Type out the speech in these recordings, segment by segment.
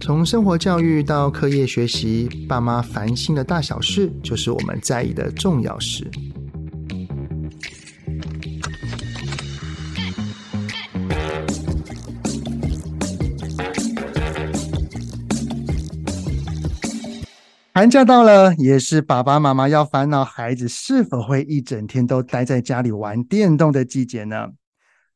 从生活教育到课业学习，爸妈烦心的大小事，就是我们在意的重要事。寒假到了，也是爸爸妈妈要烦恼孩子是否会一整天都待在家里玩电动的季节呢。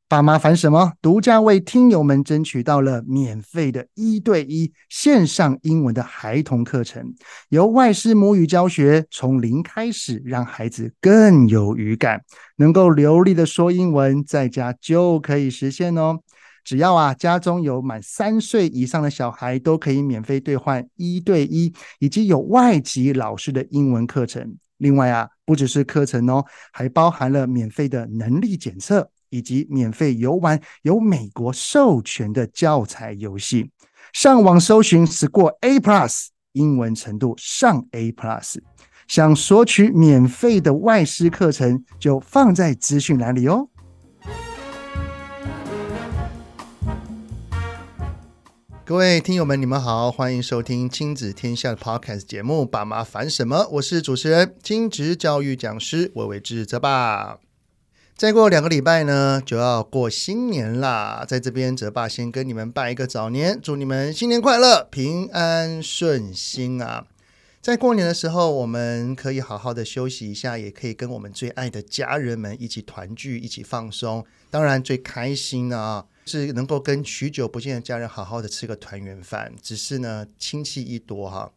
爸妈烦什么？独家为听友们争取到了免费的一对一线上英文的孩童课程，由外师母语教学从零开始，让孩子更有语感，能够流利的说英文，在家就可以实现哦。只要啊，家中有满三岁以上的小孩，都可以免费兑换一对一，以及有外籍老师的英文课程。另外啊，不只是课程哦，还包含了免费的能力检测，以及免费游玩由美国授权的教材游戏。上网搜寻 Score A Plus，英文程度上 A Plus。想索取免费的外师课程，就放在资讯栏里哦。各位听友们，你们好，欢迎收听《亲子天下》的 Podcast 节目《爸妈烦什么》，我是主持人、亲职教育讲师魏伟志泽爸。再过两个礼拜呢，就要过新年啦，在这边泽爸先跟你们拜一个早年，祝你们新年快乐、平安顺心啊！在过年的时候，我们可以好好的休息一下，也可以跟我们最爱的家人们一起团聚，一起放松。当然，最开心的啊，是能够跟许久不见的家人好好的吃个团圆饭。只是呢，亲戚一多哈、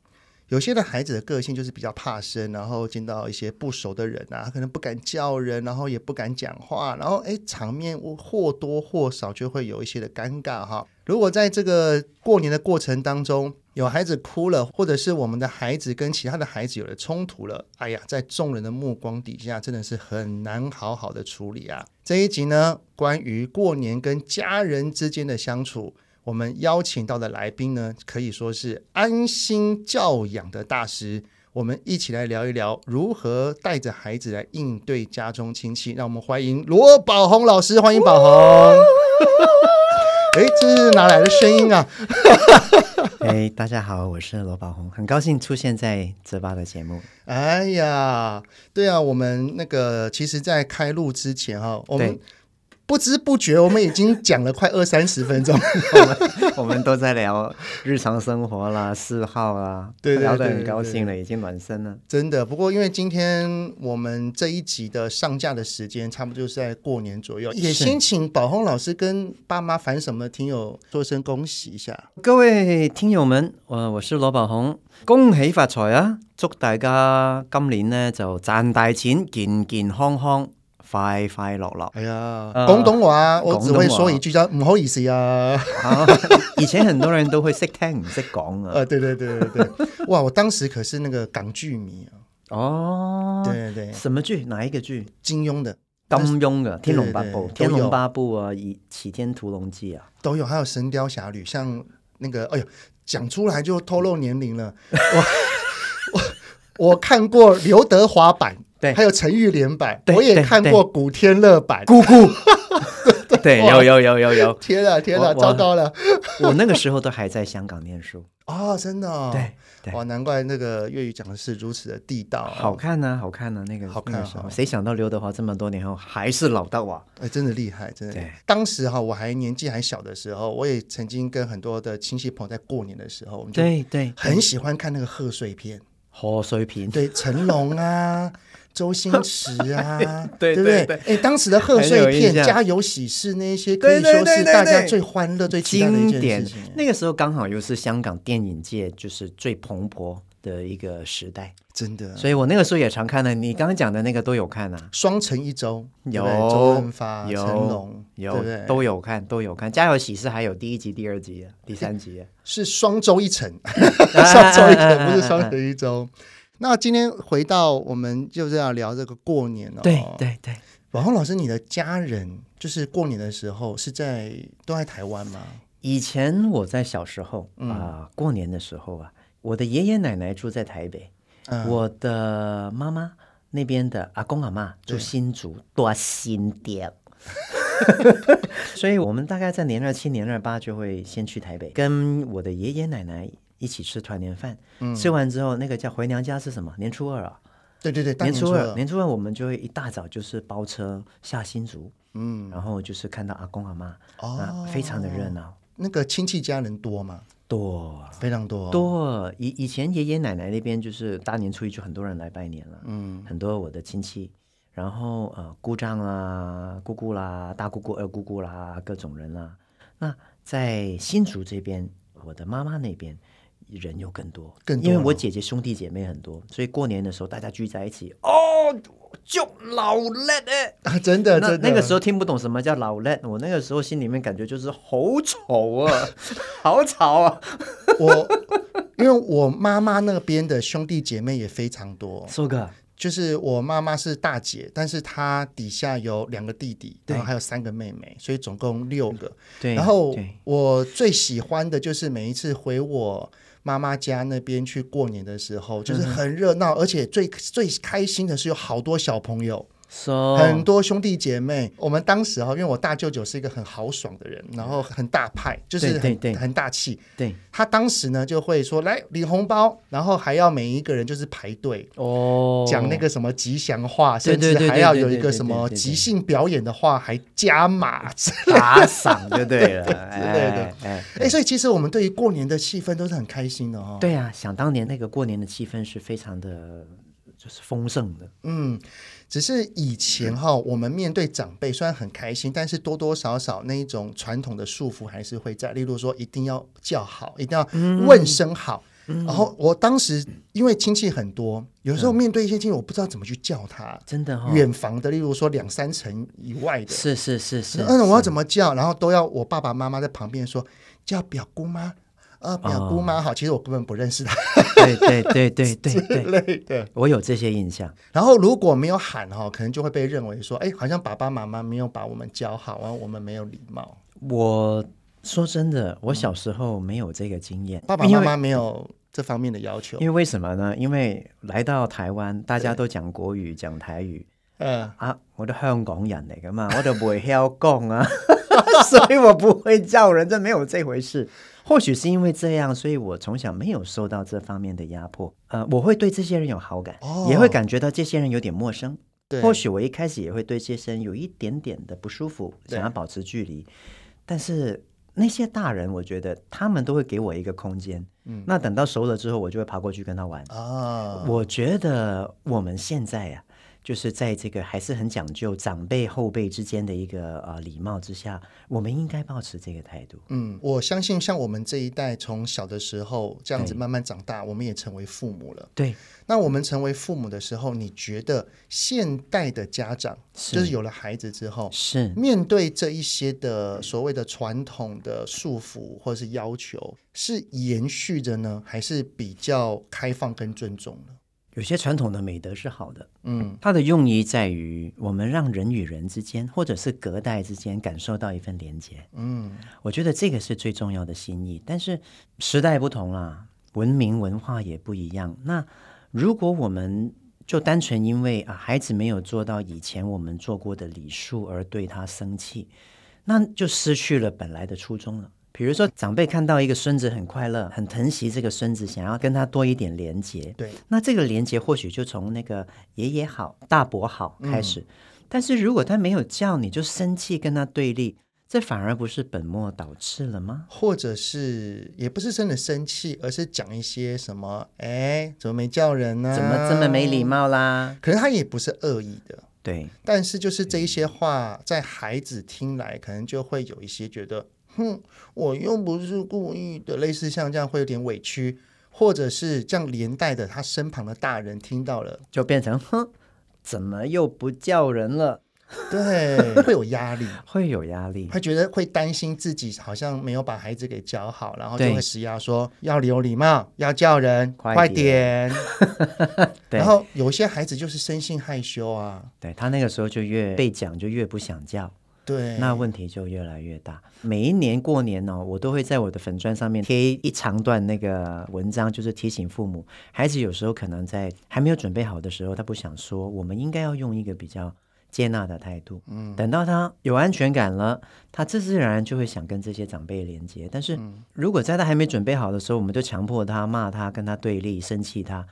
有些的孩子的个性就是比较怕生，然后见到一些不熟的人啊，他可能不敢叫人，然后也不敢讲话，然后诶，场面或多或少就会有一些的尴尬哈。如果在这个过年的过程当中，有孩子哭了，或者是我们的孩子跟其他的孩子有了冲突了，哎呀，在众人的目光底下，真的是很难好好的处理啊。这一集呢，关于过年跟家人之间的相处，我们邀请到的来宾呢，可以说是安心教养的大师。我们一起来聊一聊如何带着孩子来应对家中亲戚。让我们欢迎罗宝红老师，欢迎宝红。哎，这是哪来的声音啊？ 哎，大家好，我是罗宝红，很高兴出现在泽爸的节目。 哎呀，对啊，我们那个其实，在开录之前哈、我们对不知不觉我们已经讲了快二三十分钟，我们都在聊日常生活啦、 嗜好啦，对对聊得对很对高对兴了，已经暖身了。真的。不过因为今天我们这一集的上架的时间，差不多就是在过年左右，也是先请宝红老师跟爸妈烦什么的听友说声恭喜一下。各位听友们，呃我我是羅伯雄，恭喜發財啊！祝大家今年呢就賺大錢，健健康康，快快樂 樂。哎呀，呃广东话我只会广东说话一句叫“唔好意思啊啊，以前很多人都會識聽唔識講”，啊。 呃，对对对对对，哇，我当时可是那个港剧迷啊，哦，对对对，什麼劇？哪一個劇？金庸的金庸嘅《天龍八對部對》對《天都有龍八部》啊，《倚倚天屠龍記》啊。都有，还有《神雕侠侣》，像那个，哎呦，讲出来就透露年龄了。 我我我看过刘德华版，对还有陈玉莲版，对我也对看对过古天乐版。姑姑， 对，有有有有有，天啊天啊，我我糟糕了！我那个时候都还在香港念书，哦，真的、哦，对对哇，难怪那个粤语讲的是如此的地道、啊好，看呢、好看呢、那个哦好看啊那个时好候，谁想到刘德华这么多年后还是老德华？哎，真的厉害，真的厉害对。当时哈，我还年纪还小的时候，我也曾经跟很多的亲戚朋友在过年的时候，我们就对对，很喜欢看那个贺岁片。贺岁片，对，成龙 啊，周星驰啊，对不对对？哎，当时的贺很岁有印片《象家有喜事》那一些，可以对对说对是对大家对最欢乐、最期待的一经件事典情。。啊那个时候刚好又是香港电影界就是最蓬勃的一个时代，真的，所以我那个时候也常看的。你刚刚讲的那个都有看啊，双城一周对有不对周润发、有成龙，对不有对？都有看，都有看。家有喜事还有第一集、第二集、第三集。是双周一 城，双周一城不是双城一周。 那今天回到我们就是要聊这个过年哦。对对对，宝红老师，你的家人就是过年的时候是在都在台湾吗？以前我在小时候啊、嗯过年的时候啊，我的爷爷奶奶住在台北，嗯，我的妈妈那边的阿公阿妈住新竹，多新店。 所以我们大概在年二七、年二八就会先去台北，跟我的爷爷奶奶一起吃团年饭。嗯吃完之后，那个叫回娘家是什么？年初二啊，对对对，大年初初二，年初二我们就会一大早就是包车下新竹，嗯，然后就是看到阿公阿妈，哦啊，非常的热闹。那个亲戚家人多吗？多非常多。啊多，以以前爷爷奶奶那边就是大年初一就很多人来拜年了，嗯，很多我的亲戚，然后呃姑丈啦、姑姑啦、大姑姑、二姑姑啦，各种人啦。那在新竹这边，我的妈妈那边人又更多，更多因为我了姐姐兄弟姐妹很多，所以过年的时候大家聚在一起，哦，就老叻诶。啊，真的，那真的那个时候听不懂什么叫老叻，我那个时候心里面感觉就是好丑啊， 好吵 啊，我。因为我妈妈那边的兄弟姐妹也非常多，苏哥。就是我妈妈是大姐，但是她底下有两个弟弟，然后还有三个妹妹，所以总共六个。对，然后对我最喜欢的就是每一次回我妈妈家那边去过年的时候，就是嗯很热闹，而且最最开心的是有好多小朋友。 ，so 很多兄弟姐妹，我们当时哈，因为我大舅舅是一个很豪爽的人，然后很大派，就是很嗯对对对很大气。对他当时呢就会说来领红包，然后还要每一个人就是排队，哦讲那个什么吉祥话，对甚对至还对要对有对一个对什对么对对即兴表演的话，还加 码。打赏就 对了，之类的哎，哎，所以其实我们对于过年的气氛都是很开心的哦。对啊，想当年那个过年的气氛是非常的，就是丰盛的。嗯，只是以前哈，我们面对长辈虽然很开心，但是多多少少那一种传统的束缚还是会在，例如说一定要叫好，一定要嗯问声好。然后我当时因为亲戚很多，有时候面对一些亲戚，我不知道怎么去叫他。真的哈、远房的，例如说两三层以外的，是是是是，嗯，我要怎么叫？然后都要我爸爸妈妈在旁边说叫表姑妈，呃，表姑哦妈好。其实我根本不认识她对对对对对 之对，类的。我有这些印象。然后如果没有喊哈，可能就会被认为说，哎，好像爸爸妈妈没有把我们教好，然后我们没有礼貌，我说真的，我小时候没有这个经验，爸爸因妈为妈没有这方面的要求因。为为什么呢？因为来到台湾，大家都讲国语，讲台语。嗯，啊，我都香港人嚟噶嘛， 我就唔晓讲啊， 所以我不会叫人，这没有这回事。或许是因为这样，所以我从小没有受到这方面的压迫。呃，我会对这些人有好感，哦也会感觉到这些人有点陌生。对，或许我一开始也会对这些人有一点点的不舒服，对想要保持距离。但是那些大人，我觉得他们都会给我一个空间。嗯，那等到熟了之后，我就会爬过去跟他玩。啊，我觉得我们现在啊，就是在这个还是很讲究长辈后辈之间的一个呃礼貌之下，我们应该保持这个态度。嗯，我相信像我们这一代从小的时候这样子对慢慢长大，我们也成为父母了。对，那我们成为父母的时候，你觉得现代的家长，是就是有了孩子之后，是面对这一些的所谓的传统的束缚或是要求，是延续着呢，还是比较开放跟尊重呢？有些传统的美德是好的，嗯，它的用意在于我们让人与人之间，或者是隔代之间感受到一份连接。嗯，我觉得这个是最重要的心意。但是时代不同啦，文明文化也不一样。那如果我们就单纯因为啊孩子没有做到以前我们做过的礼数而对他生气，那就失去了本来的初衷了。比如说，长辈看到一个孙子很快乐，很疼惜这个孙子，想要跟他多一点连结，对，那这个连接或许就从那个爷爷好、大伯好开始。但是如果他没有叫你就生气跟他对立，这反而不是本末倒置了吗？或者是也不是真的生气，而是讲一些什么，哎，怎么没叫人呢、怎么这么没礼？貌啦？可能他也不是恶意的，对，但是就是这一些话，在孩子听来，可能就会有一些觉得，哼，我又不是故意的，类似像这样会有点委屈，或者是这样连带的，他身旁的大人听到了，就变成哼，怎么又不叫人了？对，会有压力，会有压力。会觉得会担心自己好像没有把孩子给教好，然后就对会施压说要有礼貌，要叫人，快快点。 对然后有些孩子就是生性害羞啊，对他那个时候就越被讲，就越不想叫，对，那问题就越来越大。每一年过年呢、我都会在我的粉砖上面贴一长段那个文章，就是提醒父母，孩子有时候可能在还没有准备好的时候，他不想说，我们应该要用一个比较接纳的态度。嗯，等到他有安全感了，他自自然然就会想跟这些长辈连接。但是嗯如果在他还没准备好的时候，我们就强迫他、骂他、跟他对立、生气他，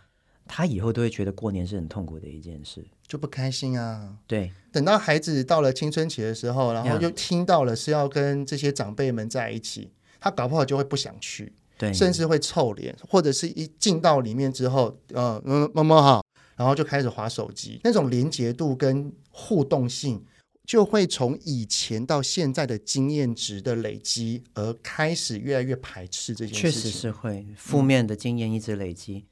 他以后都会觉得过年是很痛苦的一件事。就不开心啊。对，等到孩子到了青春期的时候，然后又听到了是要跟这些长辈们在一起，他搞不好就会不想去，对，甚至会臭脸，或者是一进到里面之后，呃，嗯，妈妈好，然后就开始划手机，那种连结度跟互动性。就会从以前到现在的经验值的累积，而开始越来越排斥这件事确情。嗯实是会负面的经验一直累积，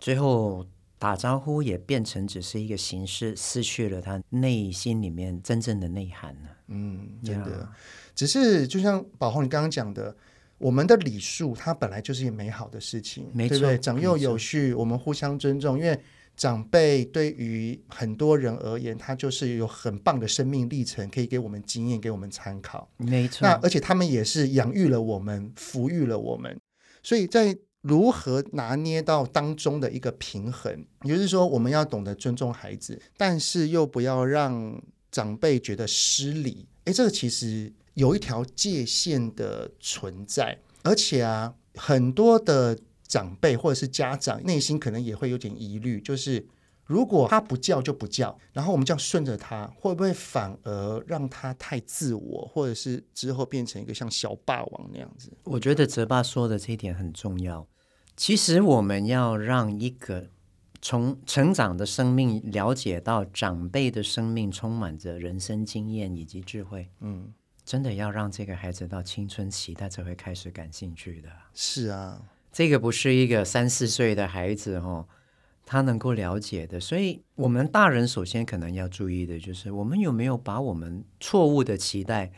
最后打招呼也变成只是一个形式，失去了他内心里面真正的内涵了。嗯，真的 Yeah。只是就像宝红你刚刚讲的，我们的礼数它本来就是一件美好的事情，没对不对？错长幼有序，我们互相尊重，因为长辈对于很多人而言，他就是有很棒的生命历程，可以给我们经验，给我们参考。没那错，而且他们也是养育了我们，抚育了我们，所以在如何拿捏到当中的一个平衡，也就是说，我们要懂得尊重孩子，但是又不要让长辈觉得失礼。诶，这个其实有一条界限的存在，而且啊，很多的长辈或者是家长内心可能也会有点疑虑，就是如果他不叫就不叫，然后我们这样顺着他，会不会反而让他太自我，或者是之后变成一个像小霸王那样子？我觉得泽爸说的这一点很重要。其实我们要让一个从成长的生命了解到长辈的生命充满着人生经验以及智慧，嗯，真的要让这个孩子到青春期，他才会开始感兴趣的。是啊，这个不是一个三四岁的孩子哦，他能够了解的。所以，我们大人首先可能要注意的就是，我们有没有把我们错误的期待，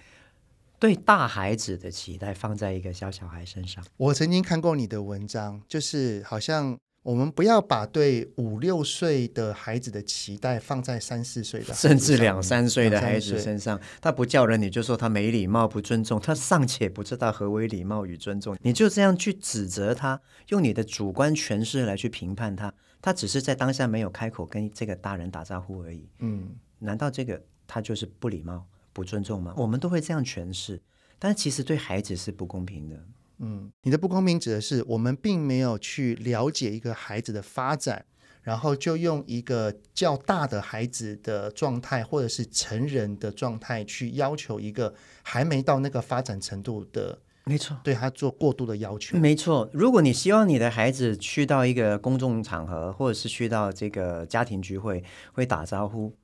对大孩子的期待放在一个小小孩身上？我曾经看过你的文章，就是好像我们不要把对五六岁的孩子的期待放在三四岁的孩子甚至上两三岁的孩啊两子三岁身上，他不叫人，你就说他没礼貌、不尊重，他尚且不知道何为礼貌与尊重，你就这样去指责他，用你的主观诠释来去评判他，他只是在当下没有开口跟这个大人打招呼而已。嗯，难道这个他就是不礼貌、不尊重吗？我们都会这样诠释，但其实对孩子是不公平的。嗯，你的不公平指的是我们并没有去了解一个孩子的发展，然后就用一个较大的孩子的状态，或者是成人的状态去要求一个还没到那个发展程度的，没错，对他做过度的要求。没错。如果你希望你的孩子去到一个公众场合，或者是去到这个家庭聚会，会打招呼，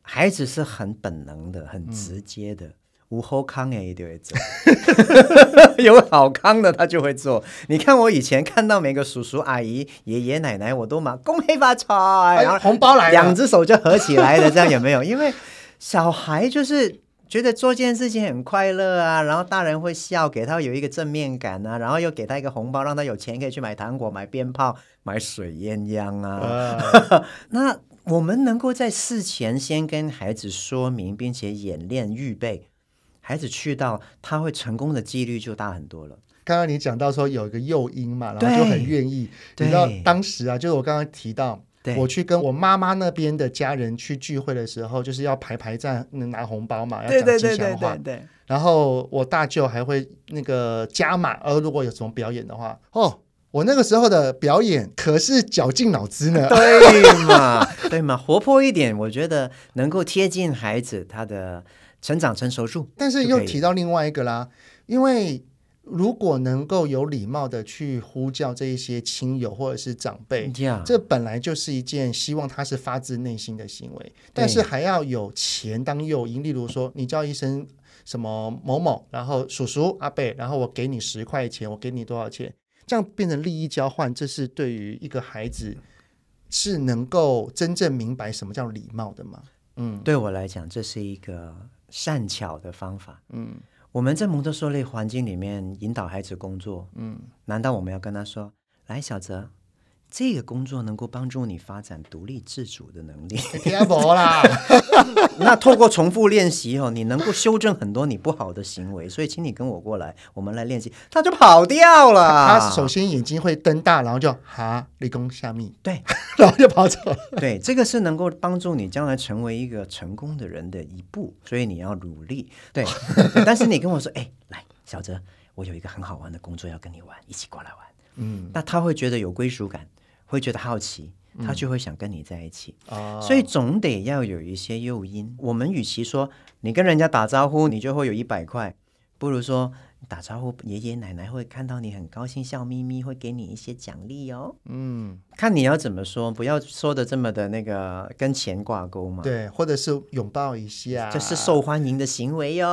孩子是很本能的、很直接的。无后康也一定会做， 有好康的他就会做。你看我以前看到每个叔叔阿姨、爷爷奶奶，我都骂恭喜发财，然后哎，红包来两了，只手就合起来了，这样有没有？因为小孩就是觉得做这件事情很快乐啊，然后大人会笑，给他有一个正面感啊，然后又给他一个红包，让他有钱可以去买糖果、买鞭炮、买水鸳鸯啊。呃，那我们能够在事前先跟孩子说明，并且演练预备，孩子去到他会成功的几率就大很多了。刚刚你讲到说有一个诱因嘛，然后对就很愿意。你对知道当时啊，就是我刚刚提到，对我去跟我妈妈那边的家人去聚会的时候，就是要排排站嗯拿红包嘛，要对讲对吉对祥对话对。对，然后我大舅还会那个加码，呃，如果有什么表演的话，哦，我那个时候的表演可是绞尽脑汁呢。对嘛，对嘛，活泼一点，我觉得能够贴近孩子他的成长成熟度。 但是就又可以提到另外一个啦，因为如果能够有礼貌的去呼叫这一些亲友或者是长辈，呀，这本来就是一件希望他是发自内心的行为，但是还要有钱当诱因。例如说，你叫一声什么某某，然后叔叔阿贝，然后我给你十块钱，我给你多少钱，这样变成利益交换，这是对于一个孩嗯子是能够真正明白什么叫礼貌的 吗？对我来讲，这是一个善巧的方法。嗯，我们在蒙特梭利环境里面引导孩子工作，嗯，难道我们要跟他说，来，小泽，这个工作能够帮助你发展独立自主的能力。 天博啦，那透过重复练习哦，你能够修正很多你不好的行为，所以请你跟我过来，我们来练习。他就跑掉了。他首先眼睛会瞪大，然后就哈立功下命，对 然后就跑走了。对，这个是能够帮助你将来成为一个成功的人的一步，所以你要努力。对，对但是你跟我说，哎，来，小哲，我有一个很好玩的工作要跟你玩，一起过来玩。嗯，那他会觉得有归属感，会觉得好奇，他就会想跟你在一起。哦所以总得要有一些诱因。我们与其说你跟人家打招呼，你就会有一百块，不如说打招呼，爷爷奶奶会看到你很高兴，笑眯眯，会给你一些奖励哦。嗯，看你要怎么说，不要说的这么的那个跟钱挂钩嘛。，对，或者是拥抱一下，这是受欢迎的行为哟、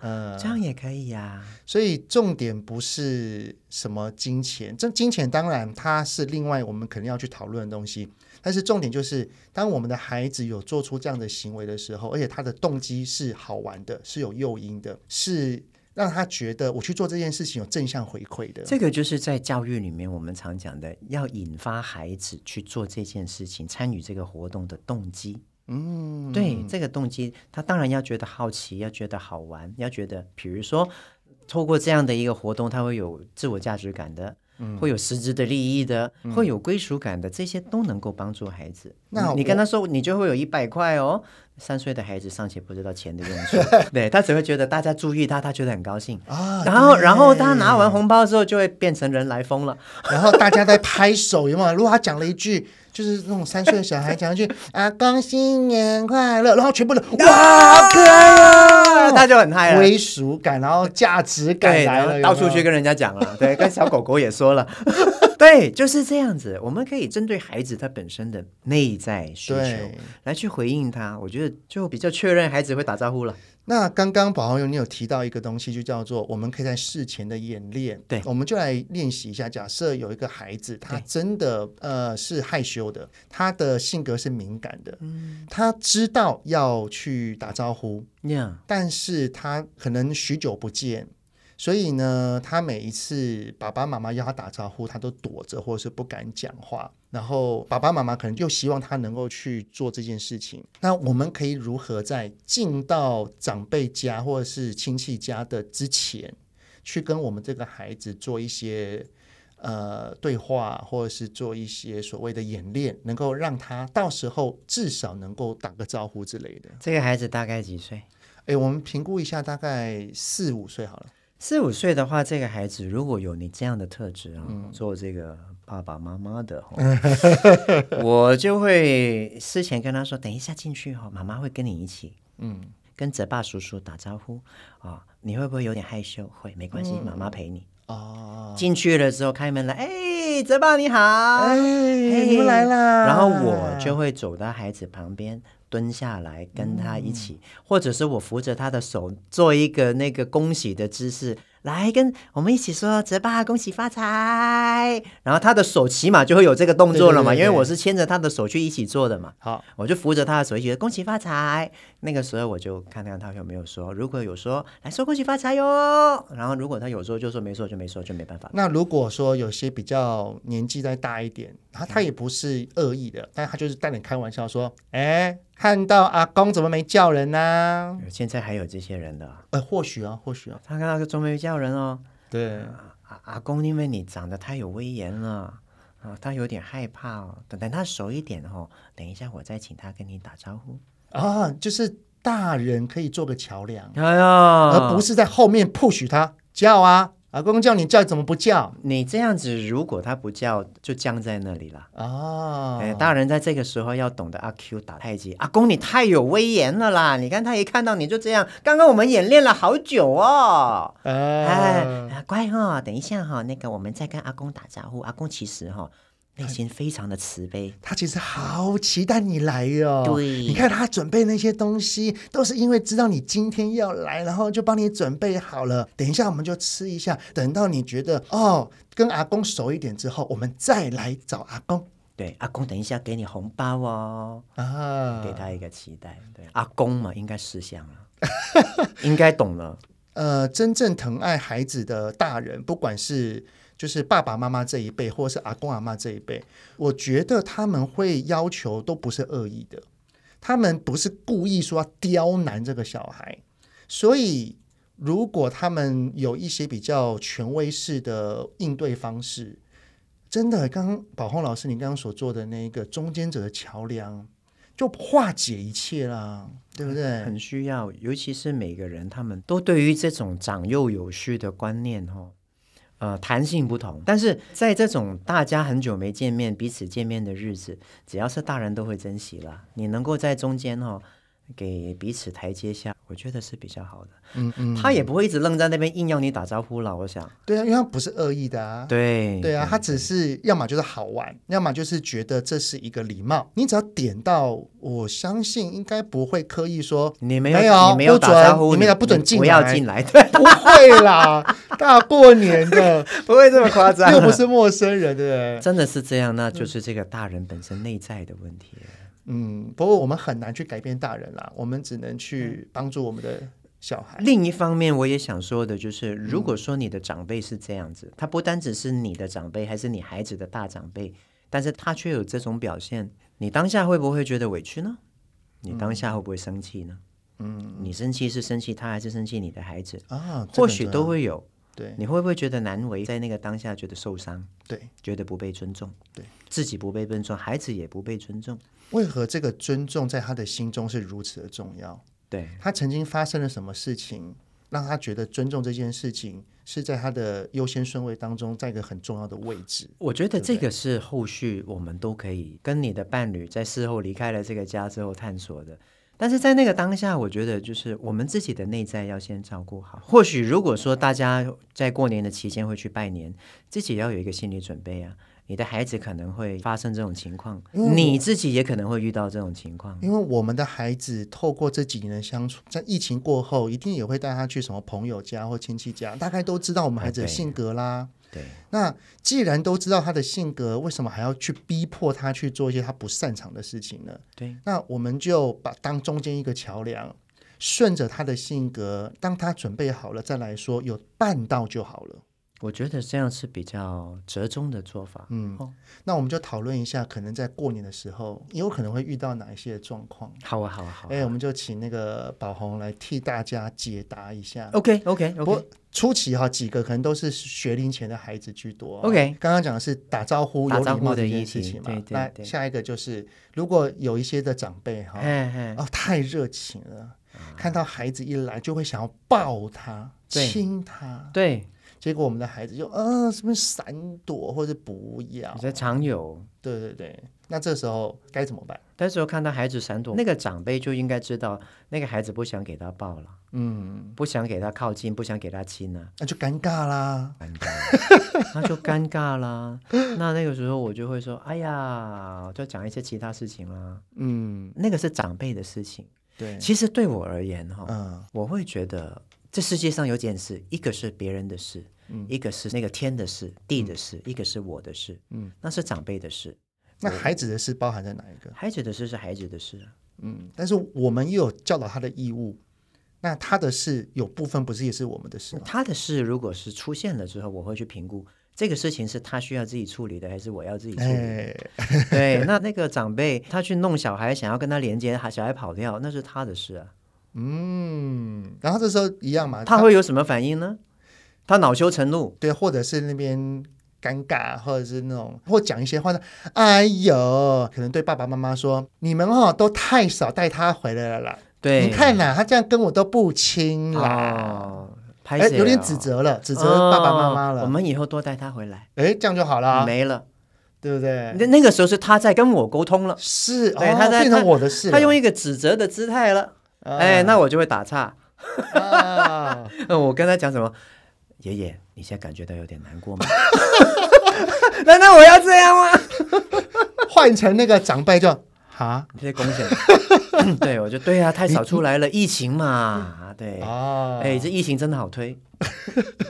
嗯这样也可以呀、所以重点不是什么金钱，这金钱当然它是另外我们可能要去讨论的东西。但是重点就是，当我们的孩子有做出这样的行为的时候，而且他的动机是好玩的，是有诱因的，是让他觉得我去做这件事情有正向回馈的。这个就是在教育里面我们常讲的，要引发孩子去做这件事情、参与这个活动的动机。嗯，对这个动机，他当然要觉得好奇，要觉得好玩，要觉得，比如说，透过这样的一个活动，他会有自我价值感的，嗯会有实质的利益的，会有归属感的，这些都能够帮助孩子。那你你跟他说，你就会有一百块哦。三岁的孩子尚且不知道钱的用 处，对他只会觉得大家注意他，他觉得很高兴。啊，然后，对然后他拿完，红包之后，就会变成人来疯了。 然后大家在拍手，有没有？如果他讲了一句，就是那种三岁的小孩讲一句“啊，恭新年快乐”，然后全部人 哇，啊好可爱哦，他就很嗨了。归属感，然后价值感哎对，来然了，后到处去跟跟人家讲了，对，跟小狗狗也说了， 对，就是这样子。我们可以针对孩子他本身的内在需求对。来去回应他，我觉得就比较确认孩子会打招呼了。那刚刚宝豪勇你有提到一个东西，就叫做我们可以在事前的演练。对我们就来练习一下。假设有一个孩子，他真的呃是害羞的，他的性格是敏感的，嗯他知道要去打招呼， Yeah，但是他可能许久不见，所以呢，他每一次爸爸妈妈要他打招呼，他都躲着或者是不敢讲话。然后爸爸妈妈可能就希望他能够去做这件事情。那我们可以如何在进到长辈家或者是亲戚家的之前，去跟我们这个孩子做一些呃对话，或者是做一些所谓的演练，能够让他到时候至少能够打个招呼之类的。这个孩子大概几岁？哎，我们评估一下，大概四五岁好了。四五岁的话，这个孩子如果有你这样的特质啊、嗯做这个爸爸妈 妈的、哦，我就会事前跟他说，等一下进去哦，妈妈会跟你一起，嗯，跟泽爸叔叔打招呼啊、你会不会有点害羞？会，没关系，嗯妈妈陪你。哦，进去了之后开门了，哎，泽爸你好，哎，你们来啦！然后我嗯就会走到孩子旁边蹲下来跟他一起，或者是我扶着他的手做一个那个恭喜的姿势，来跟我们一起说泽爸恭喜发财，然后他的手起码就会有这个动作了嘛，对对对对因为我是牵着他的手去一起做的嘛。好，我就扶着他的手，一起恭喜发财。那个时候我就看看他有没有说，如果有说，来说恭喜发财哟。然后如果他有说就说，没说就没说，就没办法。那如果说有些比较年纪再大一点，他他也不是恶意的，但他就是带你开玩笑说：“哎，看到阿公怎么没叫人啊呢、现在还有这些人的啊，呃，或许啊，或许啊，他看到个中没叫人哦，对，啊阿公，因为你长得太有威严了。啊，他有点害怕哦，等等他熟一点哦，等一下我再请他跟你打招呼。啊，就是大人可以做个桥梁，哎呀而不是在后面 push 他叫啊，阿公叫你叫怎么不叫你这样子，如果他不叫，就僵在那里了。啊？哎，大人在这个时候要懂得阿 Q 打太极。阿公，你太有威严了啦！你看他一看到你就这样，刚刚我们演练了好久哦。哎哎，，啊乖哈、等一下哈、那个我们再跟阿公打招呼。阿公其实哈、内心非常的慈悲。他其实好期待你来哟、对你看他准备那些东西，都是因为知道你今天要来，然后就帮你准备好了。等一下我们就吃一下，等到你觉得哦，跟阿公熟一点之后，我们再来找阿公对，阿公等一下给你红包哦，啊。给他一个期待。嗯对，阿公嘛，应该识相了， 应该懂了。呃，真正疼爱孩子的大人，不管是就是爸爸妈妈这一辈，或是阿公阿妈这一辈，我觉得他们会要求都不是恶意的，他们不是故意说要刁难这个小孩，所以如果他们有一些比较权威式的应对方式，真的，刚刚宝红老师你刚刚所做的那个中间者的桥梁，就化解一切啦，对不对？很需要，尤其是每个人他们都对于这种长幼有序的观念哦，呃，弹性不同。但是在这种大家很久没见面、彼此见面的日子，只要是大人都会珍惜啦。你能够在中间哦，给彼此台阶下，我觉得是比较好的。嗯嗯，他也不会一直愣在那边硬要你打招呼了。我想，对啊，因为他不是恶意的啊。对对啊，他只是要么就是好玩，要么就是觉得这是一个礼貌。你只要点到，我相信应该不会刻意 说你没没有，你没有不打准，招呼，你没有不准进不要来进来， 对，不会啦，大过年的不 会这么 夸张又不是陌生人，对不对？真的是这样，那就是这个大人本身内在的问题了。嗯，不过我们很难去改变大人啦，我们只能嗯去帮助我们的小孩。另一方面，我也想说的就是，如果说你的长辈是这样子，他不单只是你的长辈，还是你孩子的大长辈，但是他却有这种表现，你当下会不会觉得委屈呢？你当下会不会生气呢？嗯，你生气是生气他，还是生气你的孩子？啊，这或个许很都会有。对你会不会觉得难为，在那个当下觉得受伤，对。觉得不被尊重？对，自己不被尊重，孩子也不被尊重。为何这个尊重在他的心中是如此的重要？对，他曾经发生了什么事情，让他觉得尊重这件事情是在他的优先顺位当中，在一个很重要的位置。我觉得这个是后续我们都可以跟你的伴侣在事后离开了这个家之后探索的。但是在那个当下，我觉得就是我们自己的内在要先照顾好。或许如果说大家在过年的期间会去拜年，自己要有一个心理准备啊，你的孩子可能会发生这种情况，你自己也可能会遇到这种情况。因为我们的孩子透过这几年的相处，在疫情过后，一定也会带他去什么朋友家或亲戚家，大概都知道我们孩子的啊对性格啦。对，那既然都知道他的性格，为什么还要去逼迫他去做一些他不擅长的事情呢？对，那我们就把当中间一个桥梁，顺着他的性格，当他准备好了再来说，有办到就好了。我觉得这样是比较折中的做法。嗯，那我们就讨论一下，可能在过年的时候，也有可能会遇到哪一些状况。好啊，好啊，好啊。哎、我们就请那个宝红来替大家解答一下。 OK，OK，OK，、不过初期哈，几个可能都是学龄前的孩子居多。哦 OK 刚刚讲的是打招呼、打有招礼呼貌的这件议事题情嘛。对对那对下一个就是，如果有一些的长辈哈，哎哎，啊哦，太热情了，看到孩子一来就会想要抱他、对亲他，对，结果我们的孩子就呃，什么闪躲或者不要我，觉得常有。对对对，那这时候该怎么办？但是我看到孩子闪躲，那个长辈就应该知道，那个孩子不想给他抱了，嗯，不想给他靠近，不想给他亲 啊，那就尴尬啦。那就尴尬啦。那那个时候我就会说，哎呀，就讲一些其他事情啦。嗯，那个是长辈的事情。对，其实对我而言，哈、嗯我会觉得这世界上有件事，一个是别人的事，嗯一个是那个天的事、地的事，一个是我的事，嗯，那是长辈的事，那孩子的事包含在哪一个？孩子的事是孩子的事啊。嗯，但是我们又有教导他的义务，那他的事有部分不是也是啊我们的事吗？他的事如果是出现了之后，我会去评估这个事情是他需要自己处理的，还是我要自己处理。哎， 对，那那个长辈他去弄小孩，想要跟他连接，还小孩跑掉，那是他的事啊。嗯，然后这时候一样嘛，他会有什么反应呢？他恼羞成怒，对，或者是那边尴尬，或者是那种或讲一些话呢，哎呦，可能对爸爸妈妈说，你们哦都太少带他回来了啦，对，你看啦，他这样跟我都不亲啦，哦，哎、拍谁啊、有点指责了，指责爸爸妈妈哦我了，们以后多带他回来，哎、这样就好啦，没了。对不对？那那个时候是他在跟我沟通了，是，对哦他在变成我的事了，他用一个指责的姿态了，啊哎，那我就会打岔。啊呃，我跟他讲什么？爷爷，你现在感觉到有点 难过吗？难道我要这样吗？换成那个长辈就哈这些贡献， 对我就对啊，太少出来了，疫情嘛，对，哎、啊，这疫情真的 好推，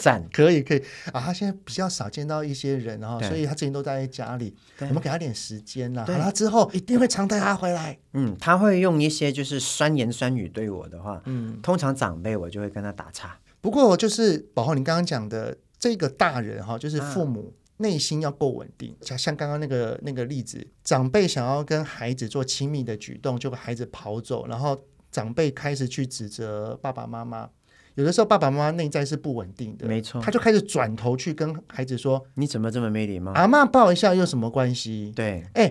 赞，可以可以啊，他现在比较少见到一些人哦，对所以他之前都待在家里，我对们给他点时间啦，好对了之后一定会常带他回来。嗯，他会用一些就是酸言酸语对我的话，嗯通常长辈我就会跟他打岔，不过就是宝浩，你刚刚讲的这个大人哈，就是嗯父母内心要够稳定。像像刚刚那个那个例子，长辈想要跟孩子做亲密的举动，就把孩子跑走，然后长辈开始去指责爸爸妈妈。有的时候爸爸妈妈内在是不稳定的，没错他就开始转头去跟孩子说你怎么这么没礼：“貌？阿妈抱一下有什么关系？对哎，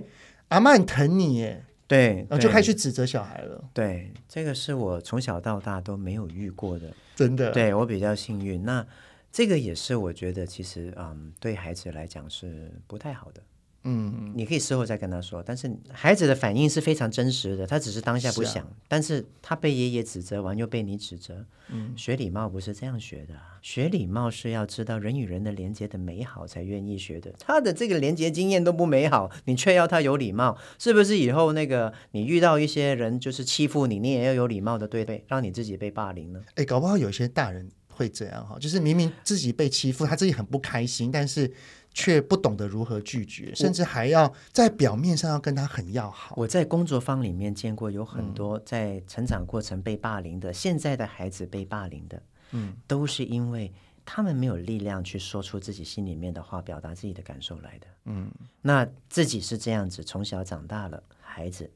阿妈很疼你耶。”对，哦然后就开始。始指责小孩了，对，这个是我从小到大都没有遇过的。真的。对我比较幸运，那这个也是我觉得其实嗯，对孩子来讲是不太好的。嗯，你可以事后再跟他说，但是孩子的反应是非常真实的，他只是当下不是啊想，但是他被爷爷指责完又被你指责。嗯，学礼貌不是这样学的啊，学礼貌是要知道人与人的连接的美好才愿意学的。他的这个连接经验都不美好，你却要他有礼貌，是不是？以后那个你遇到一些人就是欺负你，你也要有礼貌的对待，让你自己被霸凌呢？哎，搞不好有些大人会这样哈，就是明明自己被欺负，他自己很不开心，但是却不懂得如何拒绝，甚至还要在表面上要跟他很要好。嗯我在工作坊里面见过有很多在成长过程被霸凌的，现在的孩子被霸凌的，嗯，都是因为他们没有力量去说出自己心里面的话，表达自己的感受来的，嗯，那自己是这样子，从小长大了，孩子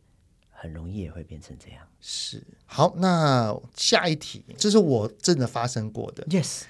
很容易也会变成这样。是，好，那下一题，这是我真的发生过的， Yes，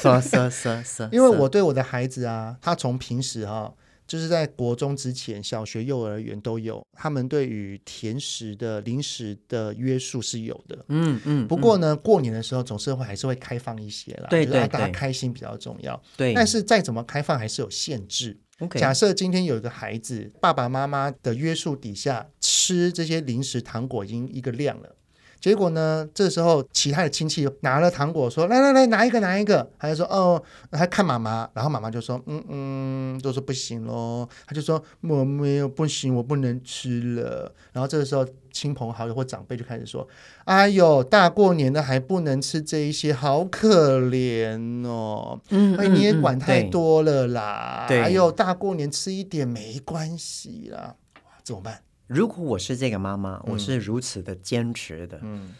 说说说说，因为我对我的孩子啊，他从平时哈、就是在国中之前，小学、幼儿园都有，他们对于甜食的零食的约束是有的。嗯嗯，不过呢，过年的时候总是会还是会开放一些啦，对就是要对大家对开心比较重要。对但是再怎么开放还是有限制。 ，OK，假设今天有一个孩子，爸爸妈妈的约束底下吃这些零食糖果已经一个量了，结果呢，这时候其他的亲戚拿了糖果说：“来来来，拿一个拿一个。”他就说：“哦，他看妈妈。”然后妈妈就说：“嗯嗯，都说不行咯。”他就说：“我没有不行，我不能吃了。”然后这个时候亲朋好友或长辈就开始说：“哎呦，大过年的还不能吃这一些，好可怜哦。”嗯哎，你也管太。嗯嗯对多了啦！对还有大过年吃一点没关系啦，哇怎么办？如果我是这个妈妈，我是如此的坚持的，嗯，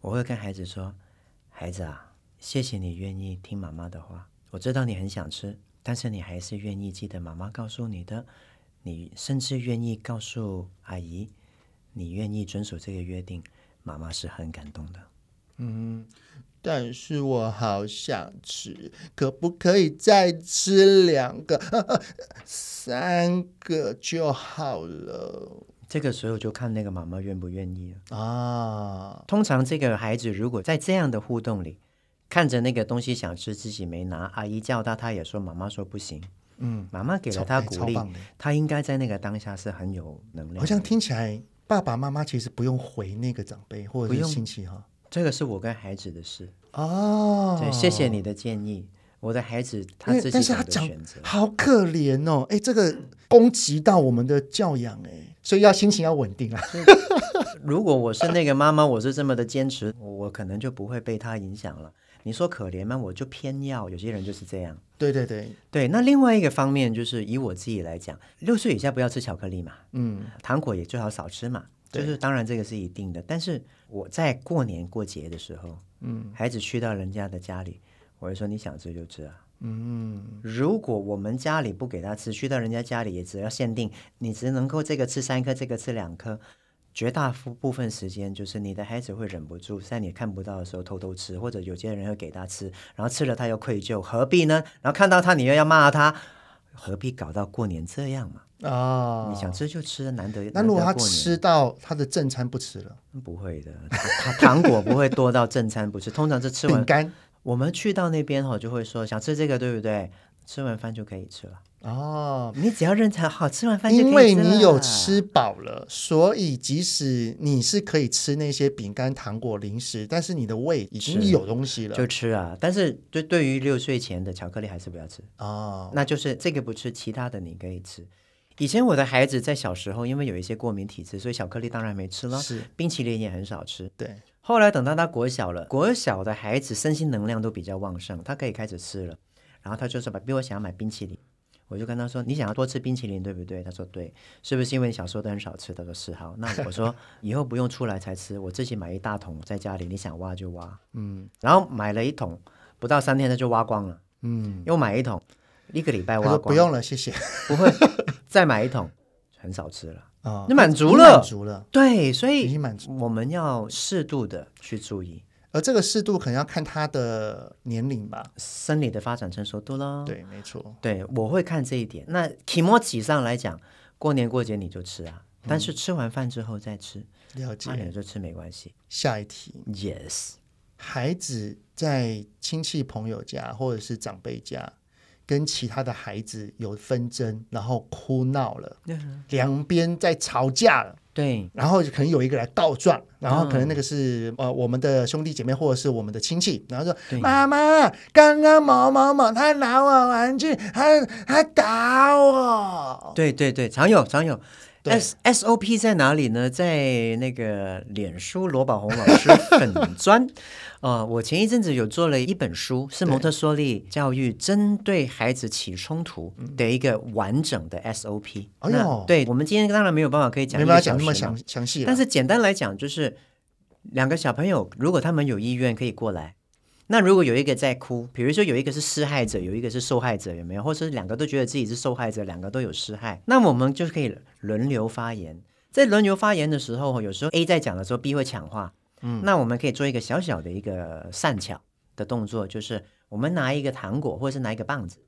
我会跟孩子说：“孩子啊，谢谢你愿意听妈妈的话，我知道你很想吃，但是你还是愿意记得妈妈告诉你的，你甚至愿意告诉阿姨，你愿意遵守这个约定，妈妈是很感动的。但是我好想吃，可不可以再吃两个、 三个就好了这个时候就看那个妈妈愿不愿意了。”啊？通常这个孩子如果在这样的互动里，看着那个东西想吃，自己没拿，阿姨叫他，他也说妈妈说不行，嗯，妈妈给超了他哎鼓超励，棒的他应该在那个当下是很有能量的。好像听起来爸爸妈妈其实不用回那个长辈或者是亲戚哈。这个是我跟孩子的事，哦，对，谢谢你的建议。我的孩子他因为自己但是他的讲选择，好可怜哦，哎，这个攻击到我们的教养哎，所以要心情要稳定啊。 如果我是那个妈妈，我是这么的坚持，我我可能就不会被他影响了。你说可怜吗？我就偏要，有些人就是这样。对对对，对，那另外一个方面就是以我自己来讲，六岁以下不要吃巧克力嘛，嗯，糖果也最好少吃嘛。就是当然这个是一定的，但是我在过年过节的时候，嗯，孩子去到人家的家里，我会说你想吃就吃啊，嗯，如果我们家里不给他吃，去到人家家里也只要限定，你只能够这个吃三颗，这个吃两颗。绝大部分时间就是你的孩子会忍不住，在你看不到的时候偷偷吃，或者有些人会给他吃，然后吃了他又愧疚，何必呢？然后看到他你又要骂他，何必搞到过年这样嘛？啊，你想吃就吃，难得那如果难他得过年吃到他的正餐不吃了，不会的， 糖糖果不会多到正餐不吃，通常是吃饼完。干我们去到那边哈，就会说想吃这个，对不对？吃完饭就可以吃了。哦，你只要认真好，吃完饭就可以因为吃了你有吃饱了，所以即使你是可以吃那些饼干、糖果、零食，但是你的胃已经是有东西了就吃啊，但是对对于六岁前的巧克力还是不要吃。哦，那就是这个不吃，其他的你可以吃。以前我的孩子在小时候，因为有一些过敏体质，所以巧克力当然没吃了，是冰淇淋也很少吃。对，后来等到他国小了，国小的孩子身心能量都比较旺盛，他可以开始吃了。然后他就说：“爸比，我想要买冰淇淋。”我就跟他说：“你想要多吃冰淇淋，对不对？”他说：“对。”是不是因为你小时候都很少吃？他说：“是。”好，那我说以后不用出来才吃，我自己买一大桶在家里，你想挖就挖。嗯，然后买了一桶，不到三天他就挖光了。嗯，又买一桶，一个礼拜他挖说光，不用了，谢谢不会再买一桶，很少吃了。啊，你满足你了满足了，对，所已以经满足。我们要适度的去注意而这个适度可能要看他的年龄吧。生理的发展成熟度咯。对，没错。对，我会看这一点。那 k i m o c h i 上来讲，过年过节你就吃啊，但是吃完饭之后再吃，了那解。你就吃没关系。下一题， Yes，孩子在亲戚朋友家或者是长辈家跟其他的孩子有纷争，然后哭闹了，两边在吵架了。对，然后可能有一个来告状，然后可能那个是、呃我们的兄弟姐妹或者是我们的亲戚，然后说对妈妈，刚刚某某某他拿我玩具，他他打我，对对对，常有常有。对 S S O P 在哪里呢？在那个脸书罗宝红老师粉 砖。呃，我前一阵子有做了一本书，是蒙特梭利教育针对孩子起冲突的一个完整的 S O P。嗯哎那呦对我们今天当然没有办法可以讲没一办法个讲小那么时嘛详详细了，但是简单来讲，就是两个小朋友，如果他们有意愿，可以过来。那如果有一个在哭，比如说有一个是施害者，有一个是受害者，有没有？或者是两个都觉得自己是受害者，两个都有施害，那我们就可以轮流发言。在轮流发言的时候，有时候 A 在讲的时候，B 会抢话。嗯，那我们可以做一个小小的一个善巧的动作，就是我们拿一个糖果或者是拿一个棒子，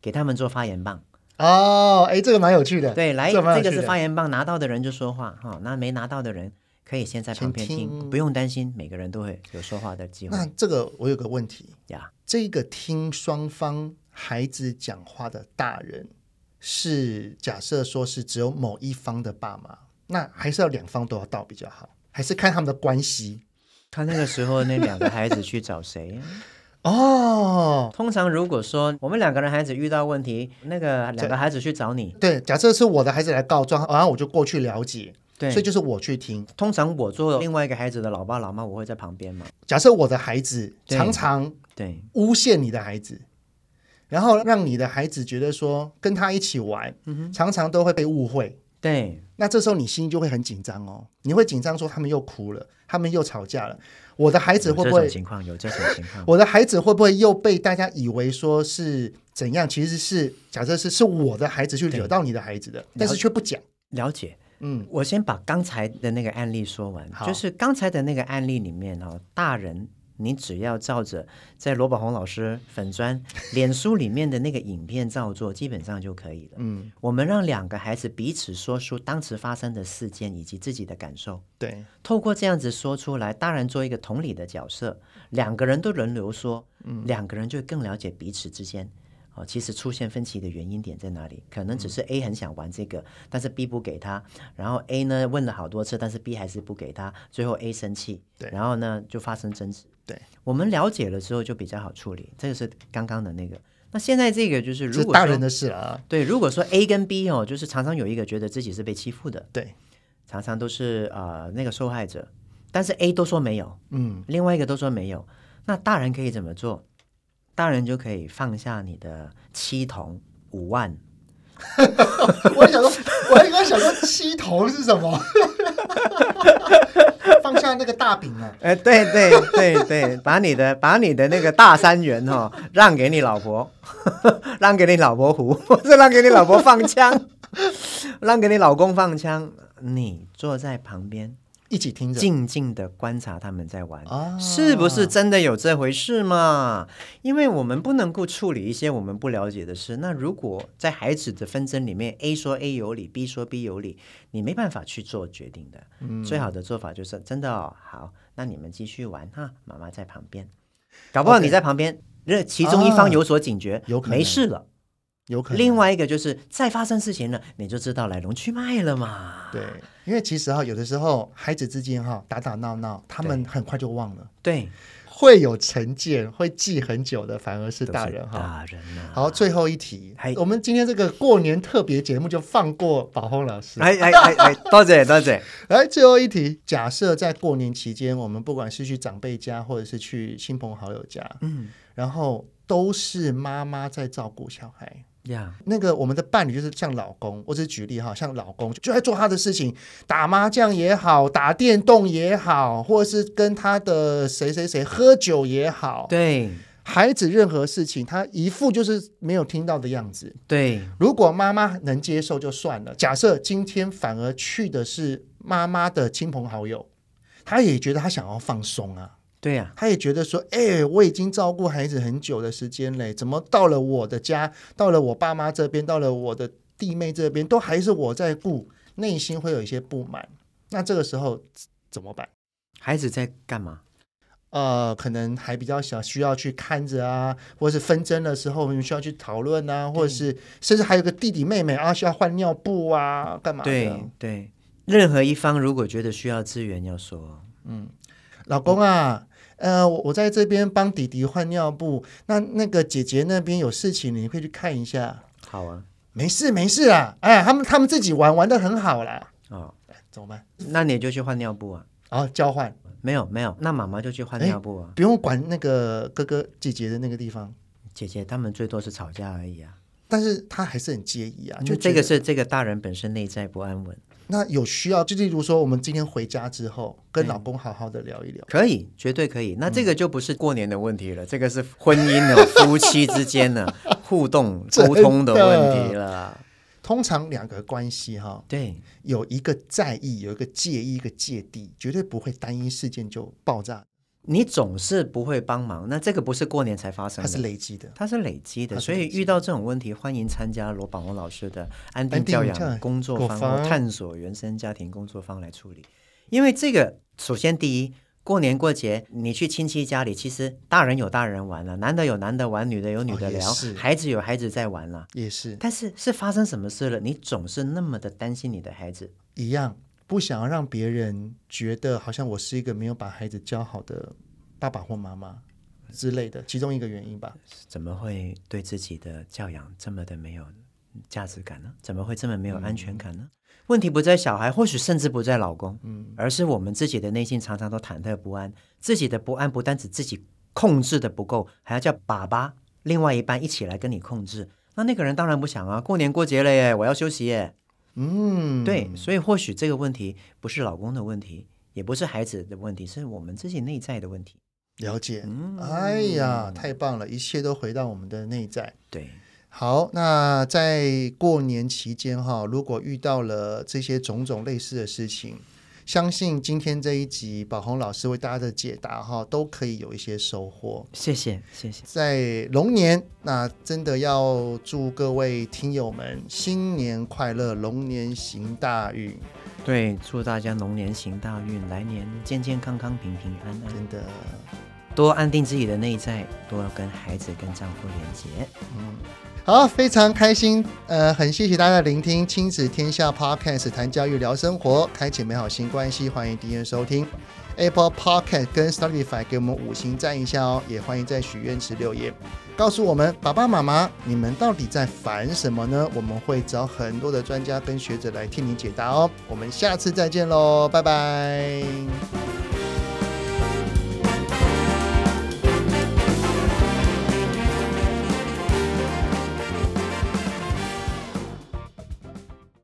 给他们做发言棒。哦，哎，这个蛮有趣的，对，来，这蛮有这趣个的是发言棒，拿到的人就说话哈、那没拿到的人可以先在旁边先听，听不用担心，每个人都会有说话的机会那这个我有个问题，呀。这个听双方孩子讲话的大人是假设说是只有某一方的爸妈，那还是要两方都要到比较好，还是看他们的关系 他那个时候那两个孩子去 找谁？哦。通常如果说我们两个人孩子遇到问题，那个两个孩子去找你，对，假设是我的孩子来告状，然后我就过去了解，对所以，就是我去听。通常我做另外一个孩子的老爸老妈，我会在旁边嘛。假设我的孩子对常常对诬陷你的孩子，然后让你的孩子觉得说跟他一起玩，嗯常常都会被误会。对，那这时候你心就会很紧张哦，你会紧张说他们又哭了，他们又吵架了，我的孩子有会这不种会？情况，有这种情况。我的孩子会不会又被大家以为说是怎样？其实是假设是是我的孩子去惹到你的孩子的，嗯但是却不讲。了解，嗯，我先把刚才的那个案例说完，好就是刚才的那个案例里面哦，大人你只要照着在罗宝红老师粉砖、脸书里面的那个影片照做，基本上就可以了。嗯，我们让两个孩子彼此说出当时发生的事件以及自己的感受，对，透过这样子说出来，大人做一个同理的角色，两个人都轮流说，嗯两个人就更了解彼此之间。哦，其实出现分歧的原因点在哪里？可能只嗯是 A 很想玩这个，但是 B 不给他，然后 A 呢问了好多次，但是 B 还是不给他，最后 A 生气，对然后呢就发生争执。对，我们了解了之后就比较好处理，这个是刚刚的那个。那现在这个就是，这如是果大人说的事了啊。对，如果说 A 跟 B 哦，就是常常有一个觉得自己是被欺负的，对，常常都是呃那个受害者，但是 A 都说没有，嗯，另外一个都说没有，那大人可以怎么做？大人就可以放下你的七铜五万， 我还想说，我还刚想说七头是什 么？放下那个大饼啊！哎、对对对对，把你的把你的那个大三元哈、哦、让给你老婆， 让给你老婆胡，或者让给你老婆放枪，让给你老公放枪，你坐在旁边一起听着静静的观察他们在玩。啊，是不是真的有这回事嘛？因为我们不能够处理一些我们不了解的事。那如果在孩子的纷争里面，A 说 A 有理，B 说 B 有理，你没办法去做决定的。嗯最好的做法就是真的、哦、好，那你们继续玩哈，妈妈在旁边。搞不好 OK 你在旁边，那其中一啊方有所警觉，有可能没事了。有可能？另外一个就是再发生事情了，你就知道来龙去脉了嘛。对，因为其实哈，有的时候孩子之间哈打打闹闹，他们很快就忘了，对，会有成见，会记很久的，反而是都大是人哈。大人啊呐、好，最后一题嗨，我们今天这个过年特别节目就放过宝红老师。 哎哎哎哎，多谢多谢。来，最后一题，假设在过年期间，我们不管是去长辈家，或者是去亲朋好友家，嗯然后都是妈妈在照顾小孩。呀。那个我们的伴侣就是像老公，我只是举例哈，像老公就在做他的事情，打麻将也好，打电动也好，或者是跟他的谁谁谁喝酒也好。对，孩子任何事情，他一副就是没有听到的样子。对，如果妈妈能接受就算了，假设今天反而去的是妈妈的亲朋好友，他也觉得他想要放松啊。对呀、他也觉得说，哎、我已经照顾孩子很久的时间嘞，怎么到了我的家，到了我爸妈这边，到了我的弟妹这边，都还是我在顾，内心会有一些不满。那这个时候怎么办？孩子在干嘛？呃，可能还比较小，需要去看着啊，或者是纷争的时候，我们需要去讨论啊，或者是甚至还有个弟弟妹妹啊，需要换尿布啊，干嘛的？对对，任何一方如果觉得需要资源，要说老公啊，呃，我我在这边帮弟弟换尿布，那那个姐姐那边有事情，你可以去看一下。好啊，没事没事啦，哎，他们他们自己玩玩的很好啦，哦，怎么办？那你就去换尿布啊。哦，交换，没有没有，那妈妈就去换哎尿布啊。不用管那个哥哥姐姐的那个地方，姐姐他们最多是吵架而已啊。但是他还是很介意啊，就觉就嗯这得个是这个大人本身内在不安稳，那有需要，就例如说我们今天回家之后，跟嗯老公好好的聊一聊。可以，绝对可以。那这个就不是过年的问题了，这个是婚姻的夫妻之间的互 动沟通的问题了。通常两个关系哈、对，有一个在意，有一个介意，一个芥蒂，绝对不会单一事件就爆炸，你总是不会帮忙，那这个不是过年才发生它的，是累积的。它是累积的，它是所累以积的遇到这种问题，欢迎参加罗宝红老师的安安定定教教养养工作工坊，坊或探索原生家庭工作坊来处理。因为这个，首先第一，过年过节你去亲戚家里，其实大人有大人玩了，男的有男的玩，女的有女的哦也聊，是孩子有孩子在玩了。也是但是是发生什么事了？你总是那么的担心你的孩子，一样，不想要让别人觉得好像我是一个没有把孩子教好的爸爸或妈妈之类的，其中一个原因吧。怎么会对自己的教养这么的没有价值感呢？怎么会这么没有安嗯全感呢？问题不在小孩，或许甚至不在老公，嗯，而是我们自己的内心常常都忐忑不安。自己的不安不单指自己控制的不够，还要叫爸爸另外一半一起来跟你控制。那那个人当然不想啊，过年过节了耶，我要休息耶。嗯，对，所以或许这个问题不是老公的问题，也不是孩子的问题，是我们自己内在的问题。了解。嗯哎呀，太棒了，一切都回到我们的内在。对，好，那在过年期间哈，如果遇到了这些种种类似的事情，相信今天这一集宝红老师为大家的解答哈，都可以有一些收获。谢谢，谢谢，在龙年，那真的要祝各位听友们新年快乐，龙年行大运，对，祝大家龙年行大运，来年健健康康、平平安安，真的，多安定自己的内在，多跟孩子、跟丈夫连接。嗯。好，非常开心，呃，很谢谢大家的聆听《亲子天下》Podcast 谈教育聊生活，开启美好新关系，欢迎订阅收听 Apple Podcast 跟 Spotify 给我们五星赞一下哦，也欢迎在许愿池留言，告诉我们爸爸妈妈你们到底在烦什么呢？我们会找很多的专家跟学者来替你解答哦。我们下次再见喽，拜拜。